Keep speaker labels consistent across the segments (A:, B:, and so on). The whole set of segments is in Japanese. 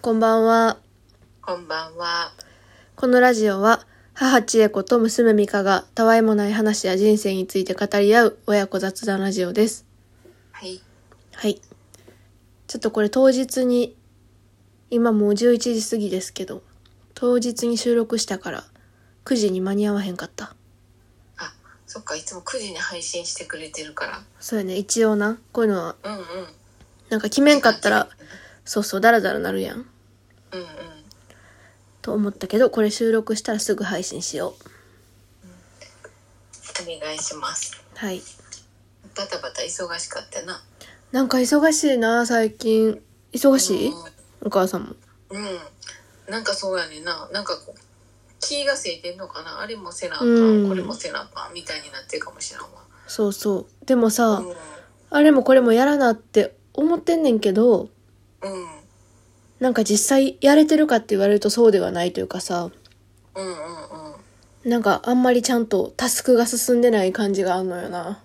A: こんばんは。
B: こんばんは。
A: このラジオは、母千恵子と娘美香が、たわいもない話や人生について語り合う親子雑談ラジオです。
B: はい。
A: はい。ちょっとこれ当日に、今もう11時過ぎですけど、当日に収録したから、9時に間に合わへんかった。
B: あ、そっか、いつも9時に配信してくれてるか
A: そうやね、一応な、こういうのは、
B: ら。うんうん。
A: なんか決めんかったら、そうそう、ダラダラなるやん。
B: うんうん。
A: と思ったけど、これ収録したらすぐ配信しよう。
B: お願いします。
A: はい。
B: バタバタ忙しかったな。
A: なんか忙しいな、最近。忙しいお母さんも。
B: うん。なんかそうやねんな。なんかこう、気がせいてんのかな。あれもせなあか
A: うん
B: ん、これもせなあかん、みたいになってるかもしれんわ。
A: そうそう。でもさ、
B: う
A: あれもこれもやらなって思ってんねんけど、
B: ん。うん。
A: なんか実際やれてるかって言われるとそうではないというかさ、
B: うんうんうん。
A: なんかあんまりちゃんとタスクが進んでない感じがあんのよな。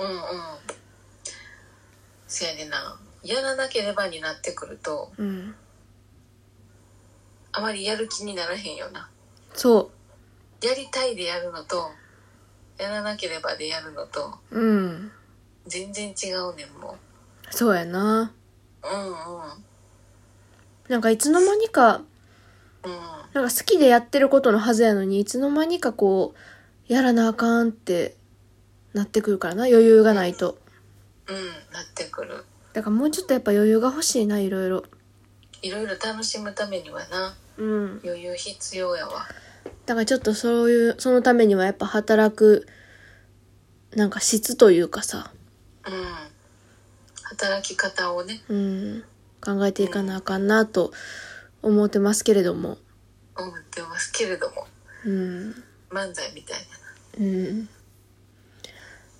B: うんうん。せやねんな。やらなければになってくると、
A: うん。
B: あまりやる気にならへんよな。
A: そ
B: やりたいでやるのとやらなければでやるのと
A: う。うん。
B: 全然違うねんも
A: そうやな。
B: ううんうん
A: なんかいつの間にか、
B: うん
A: なんか好きでやってることのはずやのに、いつの間にかこう、やらなあかんってなってくるからな、余裕がないと。
B: うんなってくる
A: だからもうちょっとやっぱ余裕が欲しいな、いろいろ。
B: いろいろ楽しむためにはな
A: うん。
B: 余裕必要やわ
A: だからちょっとそういう、そのためにはやっぱ働く、なんか質というかさ、
B: うん働き方をね
A: うん、考えていかなあかんなと思ってますけれども、
B: 思ってますけれども
A: うん、
B: 漫才みたい
A: うん。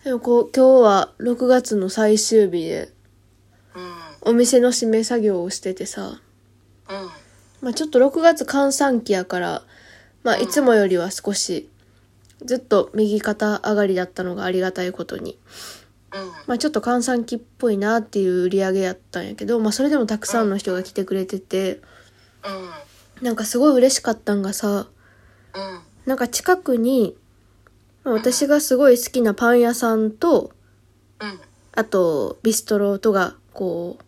A: でもこう、今日は6月の最終日で、
B: なうん
A: お店の締め作業をしててさ、
B: うん
A: まあちょっと6月閑散期やから、まあ
B: うん
A: いつもよりは少し、ずっと右肩上がりだったのがありがたいことに。
B: うん
A: まあ、ちょっと閑散期っぽいなっていう売り上げやったんやけど、まあ、それでもたくさんの人が来てくれてて
B: うん
A: なんかすごい嬉しかったんがさ
B: うん
A: なんか近くにまあ私がすごい好きなパン屋さんと
B: うん
A: あとビストロとがこう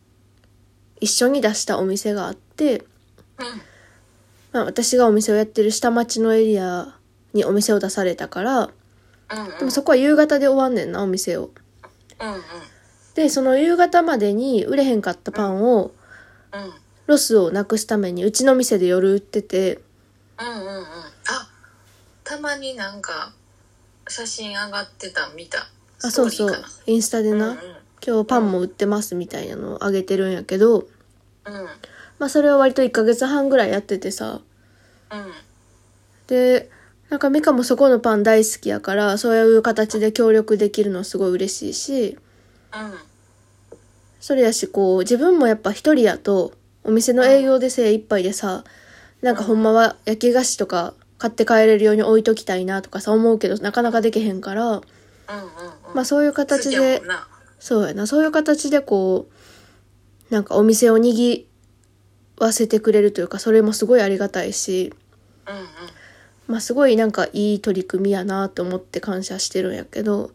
A: 一緒に出したお店があって、
B: うん
A: まあ、私がお店をやってる下町のエリアにお店を出されたから
B: うん
A: でもそこは夕方で終わんねんなお店を。
B: うんうん
A: でその夕方までに売れへんかったパンを
B: うん
A: ロスをなくすためにうちの店で夜売ってて
B: うんうんうんあたまになんか写真上がってた見た
A: あそうそう
B: ストーリーか
A: インスタでな、
B: な
A: 今日パンも売ってますみたいなのをあげてるんやけど
B: うんうんうん
A: まあそれを割と1ヶ月半ぐらいやっててさ
B: うん
A: でなんかミカもそこのパン大好きやからそういう形で協力できるのすごい嬉しいし
B: うん
A: それやしこう自分もやっぱ一人やとお店の営業で精一杯でさなんかほんまは焼き菓子とか買って帰れるように置いときたいなとかさ思うけどなかなかできへんから、
B: うんうんうん
A: まあそういう形で
B: 好きやもんな
A: そうやな、そういう形でこう、なんかお店を賑わせてくれるというか、それもすごいありがたいし、
B: うんうん
A: まあすごいなんかいい取り組みやなと思って感謝してるんやけど、
B: うん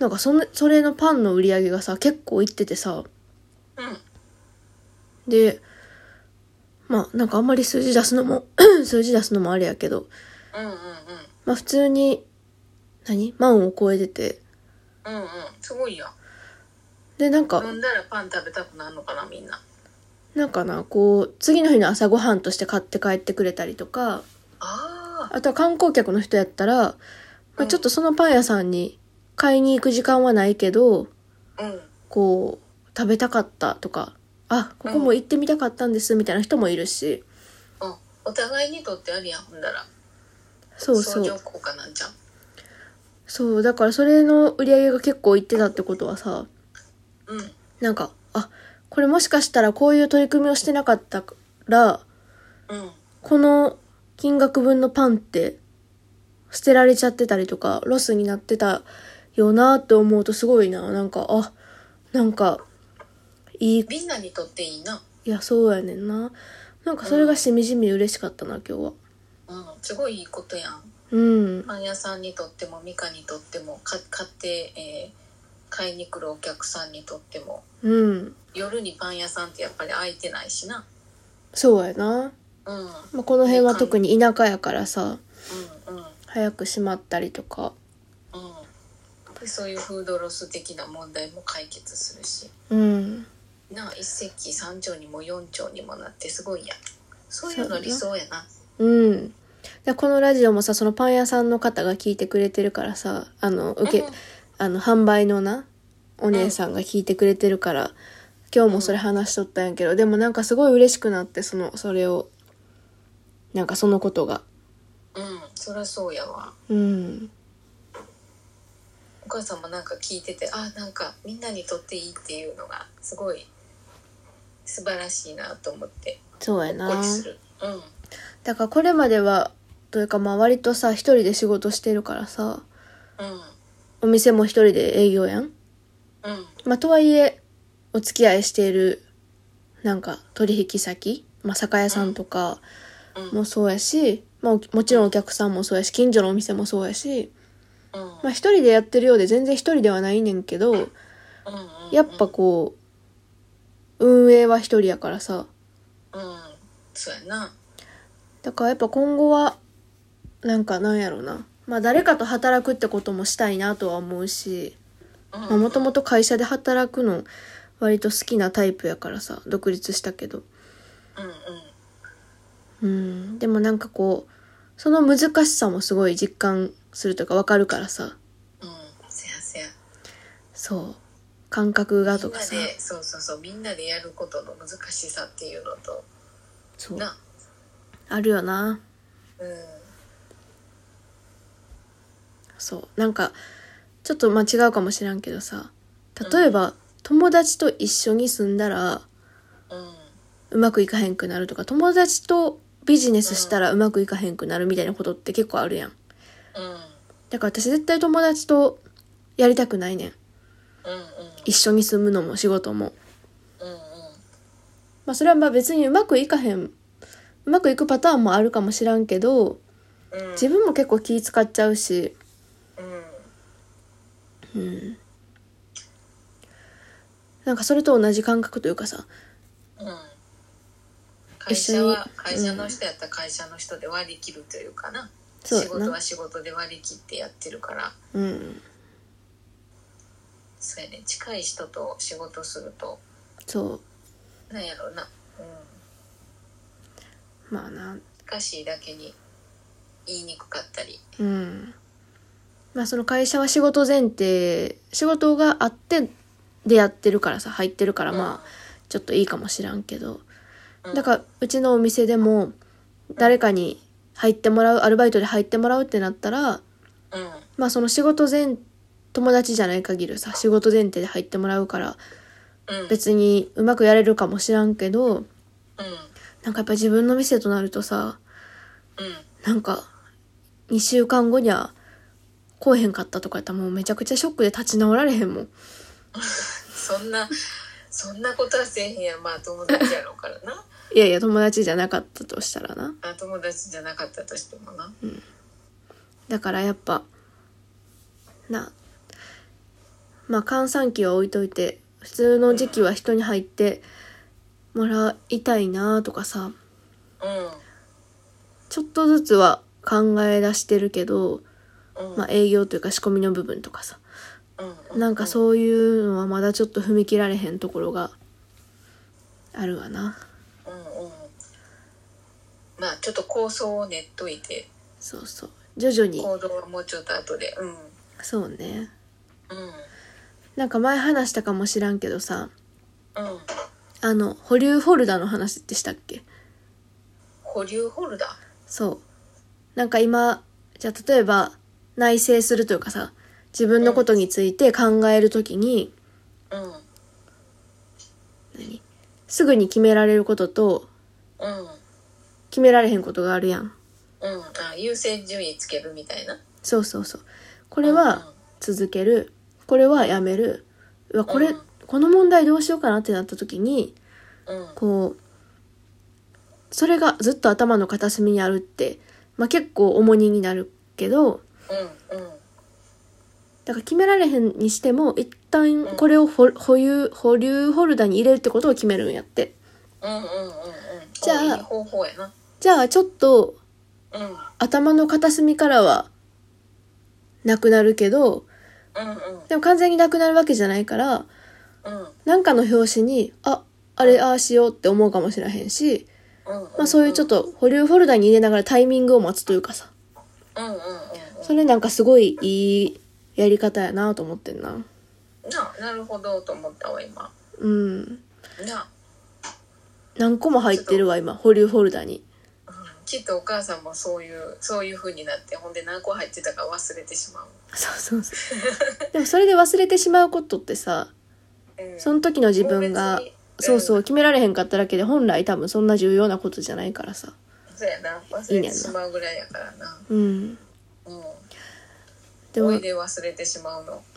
A: なんかその、それのパンの売り上げがさ、結構いっててさ、
B: うん
A: で、まあなんかあんまり数字出すのも、 数字出すのもあれやけど、
B: うんうん
A: まあ普通に、何万を超えてて、
B: うんうんうんすごいよ
A: でなんか、
B: 飲んだらパン食べたくなるのかなみんな
A: なんかな、こう、次の日の朝ごはんとして買って帰ってくれたりとか、
B: ああ
A: あとは観光客の人やったら、ま
B: う
A: あ、
B: ん
A: ちょっとそのパン屋さんに買いに行く時間はないけど、
B: うん
A: こう、食べたかったとか、あ、ここも行ってみたかったんですみたいな人もいるし、
B: うんお互いにとってありやんほんだら
A: そうそ
B: 相乗
A: う。
B: 効果なんじゃん
A: そう、だからそれの売り上げが結構行ってたってことはさ、
B: うん
A: なんか、あ、これもしかしたらこういう取り組みをしてなかったら、
B: うん
A: この金額分のパンって捨てられちゃってたりとかロスになってたよなって思うとすごいななんかあなんかいい
B: みんなにとっていいな
A: いやそうやねんななんかそれがしみじみ嬉しかったな今日は
B: うん、すごいいいことやん
A: うん
B: パン屋さんにとってもミカにとってもか買って、えー買いに来るお客さんにとっても
A: うん
B: 夜にパン屋さんってやっぱり空いてないしな
A: そうやな、
B: うんうんうん
A: まあ、この辺は特に田舎やからさ
B: うん
A: 早く閉まったりとか
B: でそういうフードロス的な問題も解決するし
A: うん
B: なあ一石三鳥にも四鳥にもなってすごいやんそういうの理想やな
A: うんでこのラジオもさそのパン屋さんの方が聞いてくれてるからさあの受け
B: うん
A: あの販売のなお姉さんが聞いてくれてるから、今日もそれ話しとったんやけどでもなんかすごい嬉しくなってそのそれをなんかそのことが
B: うんそりゃそうやわ
A: うん
B: お母さんもなんか聞いててあなんかみんなにとっていいっていうのがすごい素晴らしいなと思って
A: そうや
B: ほ
A: な
B: っこりするうん
A: だからこれまではというかまあ割とさ一人で仕事してるからさ
B: うん
A: お店も一人で営業やん
B: うん
A: まあとはいえお付き合いしているなんか取引先、まあ、酒屋さんとか
B: うん
A: もそうやし、まあ、おもちろんお客さんもそうやし近所のお店もそうやし
B: うん
A: まあ一人でやってるようで全然一人ではないねんけど、
B: うんうん
A: やっぱこう、運営は一人やからさ。
B: うんそうやな
A: だからやっぱ今後は、なんかなんやろな。まあ誰かと働くってこともしたいなとは思うし、
B: うん
A: まあもともと会社で働くの割と好きなタイプやからさ、独立したけど。
B: うんうん
A: うん。でもなんかこう、その難しさもすごい実感するというかわかるからさ。
B: うんせやせや
A: そう。感覚が
B: み
A: と
B: ん
A: か
B: な
A: さ。
B: でそうそうそうみんなでやることの難しさっていうのと
A: そう。
B: な
A: あるよな。
B: うん
A: そうなんかちょっと間違うかもしらんけどさ例えば、友達と一緒に住んだら
B: うん
A: うまくいかへんくなるとか友達とビジネスしたらうまくいかへんくなるみたいなことって結構あるやん
B: うん
A: だから私絶対友達とやりたくないねん
B: うんうん
A: 一緒に住むのも仕事も
B: うん
A: まあそれはまあ別にうまくいかへんうまくいくパターンもあるかもしらんけど
B: うんうん
A: 自分も結構気使っちゃうし
B: うん
A: うんなんかそれと同じ感覚というかさ
B: うん会社は会社の人やったら会社の人で割り切るというかな、
A: そう
B: 仕
A: やな
B: 事は仕事で割り切ってやってるから
A: うん
B: そうやね近い人と仕事すると
A: そう
B: なんやろうな、うん、
A: まあな
B: 難しいだけに言いにくかったり
A: うんまあその会社は仕事前提仕事があってでやってるからさ入ってるからまあちょっといいかもしらんけど
B: うん
A: だからうちのお店でも誰かに入ってもらうアルバイトで入ってもらうってなったら
B: うんうん
A: まあその仕事前友達じゃない限りさ仕事前提で入ってもらうから
B: うん
A: 別にうまくやれるかもしらんけど
B: うん
A: なんかやっぱ自分の店となるとさ
B: うん
A: なんか、2週間後には、来えへんかったとかやったらもうめちゃくちゃショックで立ち直られへんもん。
B: そんなそんなことはせえへんやんまあ友達やろうからな
A: いやいや、友達じゃなかったとしたらな。
B: あ友達じゃなかったとしてもな
A: だからやっぱ、な、まあ、閑散期は置いといて、普通の時期は人に入ってもらいたいなとかさ、
B: う
A: ちょっとずつは考え出してるけど、
B: んうん
A: まあ、営業というか仕込みの部分とかさ、
B: うん
A: なんかそういうのはまだちょっと踏み切られへんところがあるわな。
B: うんうんまあちょっと構想を練っといて
A: そうそう。徐々に。
B: 行動はもうちょっと後でうんうん
A: そうね。
B: うん
A: なんか前話したかもしらんけどさ、
B: うん
A: あの、保留フォルダの話ってしたっけ
B: 保留ホルダー
A: そう。なんか今、じゃあ例えば内省するというかさ、自分のことについて考えるときに、
B: うんうん
A: 何すぐに決められることと、決められへんことがあるやん。
B: うんあ優先順位つけるみたいな
A: そうそうそう。こ
B: こ
A: れは、続けるこれはやめるうわこれ、
B: うん
A: この問題どうしようかなってなった時に
B: うん
A: こうそれがずっと頭の片隅にあるって、まあ、結構重荷になるけど
B: うんうん
A: だから決められへんにしても一旦これを保保有保留ホルダーに入れるってことを決めるんやって
B: うんうんうんうん
A: じゃあ
B: おいい方法やな
A: じゃあちょっと
B: うんうん
A: 頭の片隅からはなくなるけど
B: うん
A: でも完全になくなるわけじゃないから
B: うん
A: なんかの表紙にああれああしようって思うかもしれへんし、
B: うん
A: まあ、そういうちょっと保留フォルダに入れながらタイミングを待つというかさ
B: うんうんうんうん
A: それなんかすごいいいやり方やなと思ってんな
B: ななるほどと思ったわ今
A: うん
B: な
A: 何個も入ってるわ今保留フォルダに
B: きっとお母さんもそういうそういう風になってほんで何個入ってたか忘れてしまう、
A: そうそうそう でもそれで忘れてしまうことってさ
B: うん
A: その時の自分が
B: もう別に
A: そうそうう決められへんかっただけで本来多分そんな重要なことじゃないからさ
B: んそうやな
A: ね
B: 忘
A: ん
B: れ
A: な
B: てしまうぐらいやからな
A: うん
B: うん
A: で
B: お
A: も
B: いで忘れてしまうの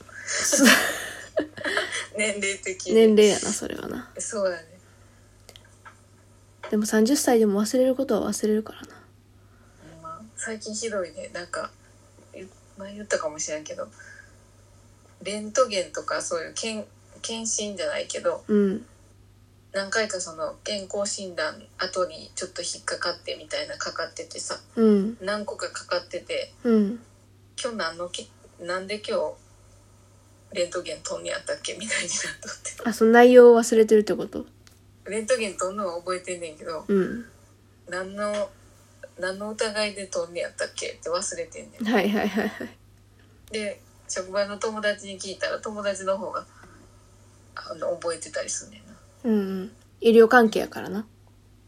B: 年齢的に
A: 年齢やなそれはな
B: そうやね
A: でも30歳でも忘れることは忘れるからな
B: まあ最近ひどいねなんかゆ前言ったかもしれんけどレントゲンとかそういうけん検診じゃないけど
A: うん
B: 何回かその健康診断後にちょっと引っかかってみたいなかかっててさ
A: うん
B: 何個かかかってて
A: うん
B: 今日何のけなんで今日レントゲンとんにやったっけみたいになっとっ
A: あその内容を忘れてるってこと
B: てレントゲンとんのは覚えてんねんけど
A: うん
B: 何の何の疑いでとんにやったっけって忘れてんねん
A: はいはいはいはい
B: で職場の友達に聞いたら友達の方があの覚えてたりすんねんな
A: うんうん医療関係やからな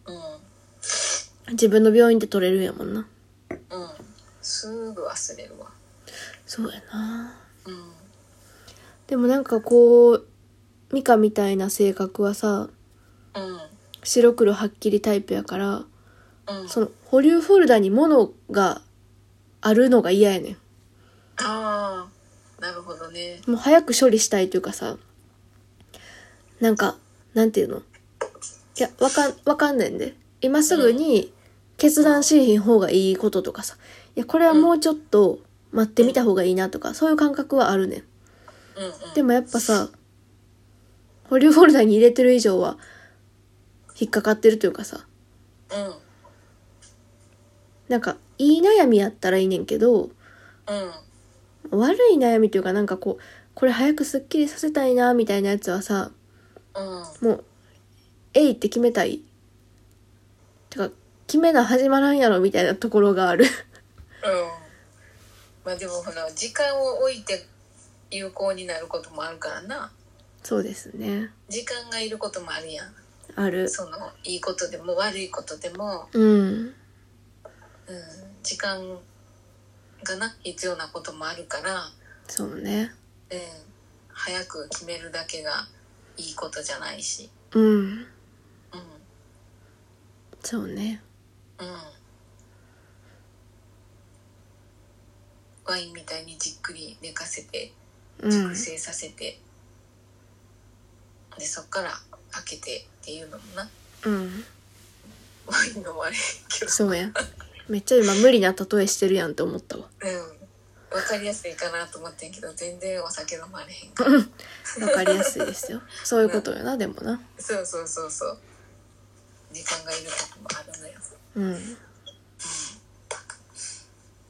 B: う
A: 自分の病院で取れるんやもんなん
B: うんすぐ忘れるわ
A: そうやな
B: うん
A: でもなんかこうミカみたいな性格はさ
B: うん
A: 白黒はっきりタイプやから
B: うん
A: その保留フォルダに物があるのが嫌やね
B: ああなるほどね
A: んもう早く処理したいというかさなんかなんていうのいやわかんわかんねんで今すぐに決断しひん方がいいこととかさいやこれはもうちょっと待ってみた方がいいなとかそういう感覚はあるねん
B: うんうん
A: でもやっぱさ保留フォルダに入れてる以上は引っかかってるというかさ
B: うん
A: なんかいい悩みやったらいいねんけど
B: うん
A: 悪い悩みというかなんかこうこれ早くスッキリさせたいなみたいなやつはさ
B: うん
A: もう「えい」って決めたいてか決めな始まらんやろみたいなところがある
B: うんまあでもほら時間を置いて有効になることもあるからな
A: そうですね
B: 時間がいることもあるやん
A: ある
B: そのいいことでも悪いことでも
A: うん
B: うん、時間がな必要なこともあるから、
A: そうね
B: うん、早く決めるだけがいいことじゃないし、
A: うん
B: うん
A: そうね
B: うん、ワインみたいにじっくり寝かせて
A: う
B: 熟
A: ん
B: 成させて、でそっから開けてっていうのもな
A: うん
B: ワイン飲まれへんけど、
A: そうやめっちゃ今無理な例えしてるやんって思ったわ
B: うん、わかりやすいかなと思ってんけど全然お酒飲まれへんから。
A: わかりやすいですよそういうことよなでもな
B: そうそうそうそう。時間がいることもあるのよ。
A: うん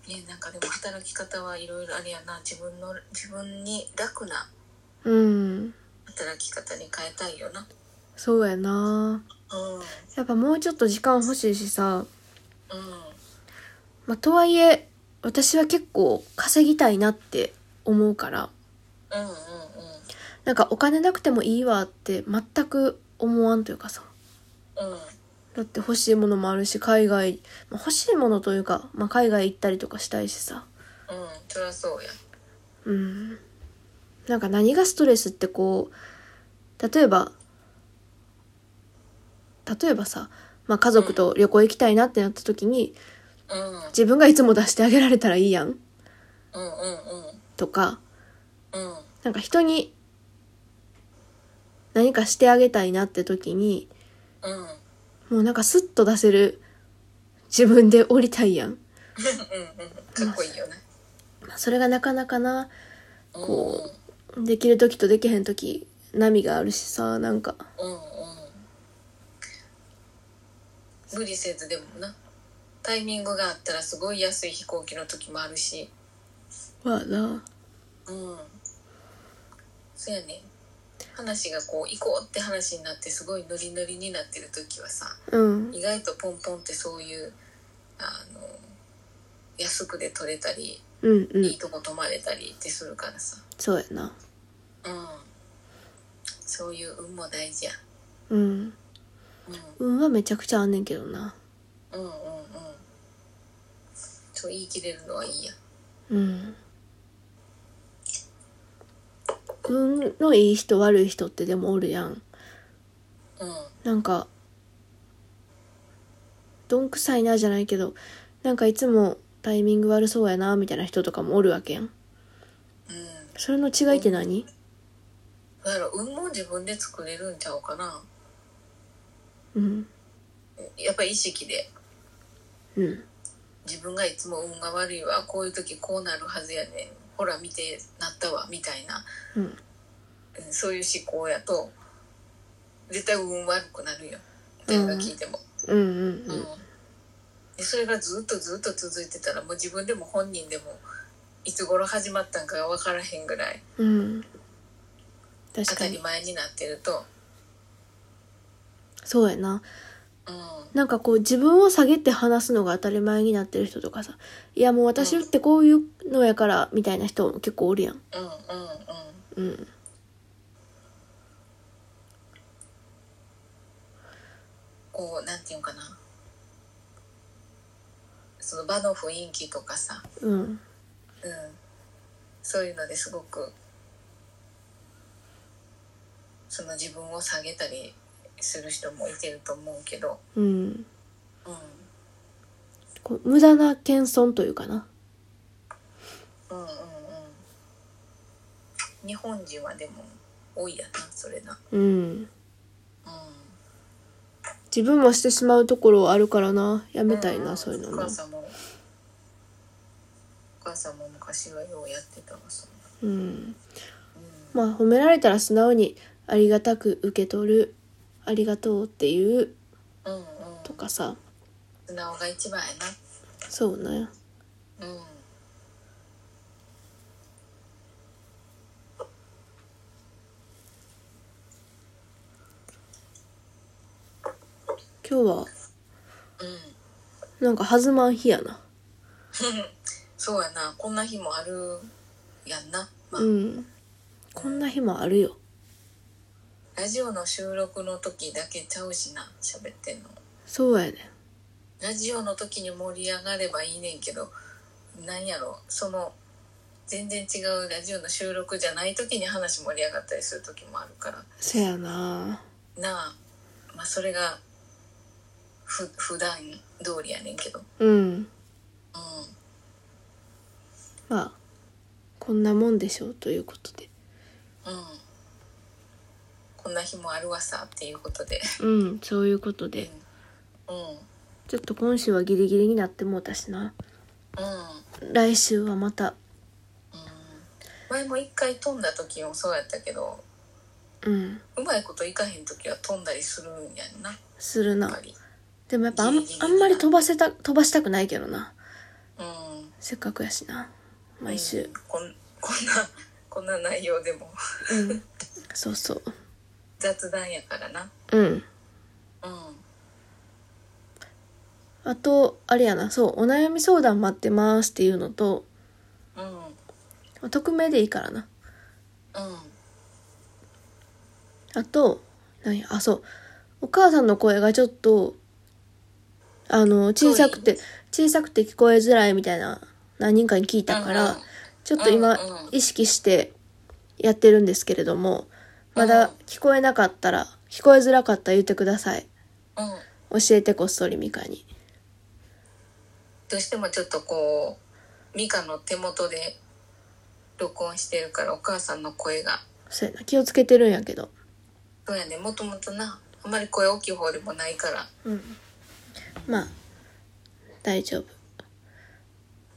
B: ね、なんかでも働き方はいろいろあれやな、自分の、自分に楽な
A: うん
B: 働き方に変えたいよな。
A: そうやな
B: うん。うん。
A: やっぱもうちょっと時間欲しいしさまあ、とはいえ私は結構稼ぎたいなって思うから
B: うんうんうん。
A: なんかお金なくてもいいわって全く思わんというかさ
B: うん。
A: だって欲しいものもあるし海外、まあ、欲しいものというか、まあ、海外行ったりとかしたいしさ
B: うん。そりゃそうや。
A: うんなんか何がストレスってこう例えば例えばさ、まあ、家族と旅行行きたいなってなった時に
B: うん。うん
A: 自分がいつも出してあげられたらいいやん
B: うんうん。
A: とか
B: うん。
A: なんか人に何かしてあげたいなって時に
B: うんうん
A: もうなんかスッと出せる自分で降りたいやん。
B: うんかっこいいよね
A: まあそれがなかなかな、こ
B: うん
A: できる時とできへん時、波があるしさ、なんか、
B: うんうん無理せずでもなタイミングがあったらすごい安い飛行機の時もあるし
A: わあな。
B: うんそうやね話がこう行こうって話になってすごいノリノリになってる時はさ
A: うん。
B: 意外とポンポンってそういうあの安くで取れたり
A: うんう
B: い
A: ん
B: い。とこ泊まれたりってするからさ
A: そうやな。
B: うんそういう運も大事や
A: うん。
B: うん
A: 運はめちゃくちゃあんねんけどな。
B: うんうんうんそう言い切れるのはいいや
A: うん。運のいい人悪い人ってでもおるやん。
B: うん
A: なんか、どんくさいなじゃないけど、なんかいつもタイミング悪そうやなみたいな人とかもおるわけやん。
B: うん
A: それの違いって何
B: だから運も自分で作れるんちゃうかな
A: うん。
B: やっぱり意識で
A: うん。
B: 自分がいつも運が悪いわこういう時こうなるはずやねんほら見てなったわみたいな、
A: うん
B: うんそういう思考やと絶対運悪くなるよ誰が聞いても、
A: うんうん
B: うんでそれがずっとずっと続いてたらもう自分でも本人でもいつ頃始まったんかが分からへんぐらい
A: うん。うん。
B: 当
A: 確か
B: たり
A: に。
B: 前になってると、
A: そうやな。
B: うん、
A: なんかこう自分を下げて話すのが当たり前になってる人とかさ、いやもう私ってこういうのやからみたいな人も結構おるやん。
B: うんうんうん
A: うん。
B: こうなんていうんかなその場の雰囲気とかさ、
A: うん。
B: うん、そういうのですごくその自分を下げたりする人もいてると思うけど、
A: うん。
B: うん
A: こう無駄な謙遜というかな。
B: うんうんうん、日本人はでも多いやなそれな。
A: うん。
B: うん
A: 自分もしてしまうところあるからなやめたいな、
B: んん
A: そういうの
B: お
A: な
B: 母さんもお母さんも昔はようやってたわそん
A: う
B: な
A: ん
B: うん
A: まあ褒められたら素直にありがたく受け取るありがとうっていう
B: うんうん、
A: とかさ
B: 素直が一番や
A: そうね
B: なうん
A: 今日は
B: うん
A: なんか弾まん日やな
B: そうやなこんな日もあるやんな、まあ
A: うんこんな日もあるよ
B: ラジオの収録の時だけちゃうしな喋ってんの
A: そうやね
B: ラジオの時に盛り上がればいいねんけどなんやろその全然違うラジオの収録じゃない時に話盛り上がったりする時もあるから
A: せやな
B: なあまあそれがふ普段通りやねんけど
A: うん
B: うん
A: まあこんなもんでしょうということで
B: うんこんな日もあるわさっていうことで
A: うんそういうことで
B: うんうん
A: ちょっと今週はギリギリになってもうたしな来週はまた
B: うん前も一回飛んだ時もそうやったけど
A: うん
B: うまいこといかへん時は飛んだりするんやんなや
A: するな
B: っぱり
A: でもやっぱあん
B: ギリギリだ
A: あんまり飛ばせた飛ばしたくないけどな
B: うん
A: せっかくやしな毎週
B: こん こんなこんな内容でも
A: うん、そうそう
B: 雑談やからな
A: うん
B: うん
A: あとあれやなそうお悩み相談待ってますっていうのと
B: うんうん
A: 匿名でいいからなあと何やあそうお母さんの声がちょっとあの小さくて小さくて聞こえづらいみたいな何人かに聞いたから、ちょっと今
B: うんうん
A: 意識してやってるんですけれどもま
B: うん
A: だ聞こえなかったら聞こえづらかったら言ってください
B: うんうん
A: 教えてこっそりミカに
B: どうしてもちょっとこうミカの手元で録音してるからお母さんの声が
A: そうやな気をつけてるんやけど
B: そうやねもともとなああんまり声大きい方でもないから
A: うん。まあ、大丈夫。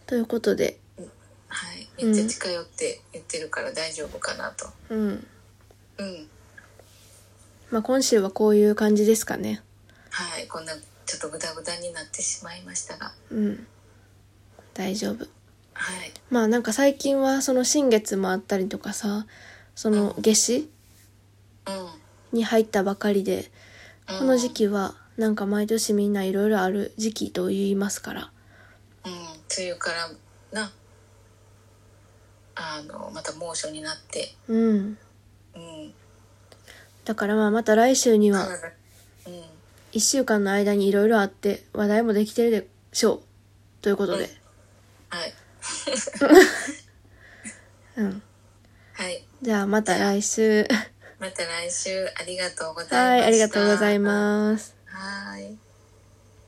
A: ということで、
B: はいめっちゃ近寄って言ってるから大丈夫かなと
A: うん。
B: うん
A: まあ今週はこういう感じですかね。
B: はいこんなちょっとグダグダになってしまいましたが
A: うん。大丈夫。
B: はい
A: まあなんか最近はその新月もあったりとかさ、その夏至
B: うん
A: に入ったばかりで、
B: うん
A: この時期はなんか毎年みんないろいろある時期と言いますから。
B: うん梅雨からなあのまた猛暑になって
A: うん。
B: うん
A: だからまあまた来週には
B: 体うん
A: 1週間の間にいろいろあって話題もできてるでしょう。ということで。
B: はい
A: うん。
B: はい
A: じゃあまた来週。
B: また来週ありがとうございました
A: はい、ありがとうございます。
B: はい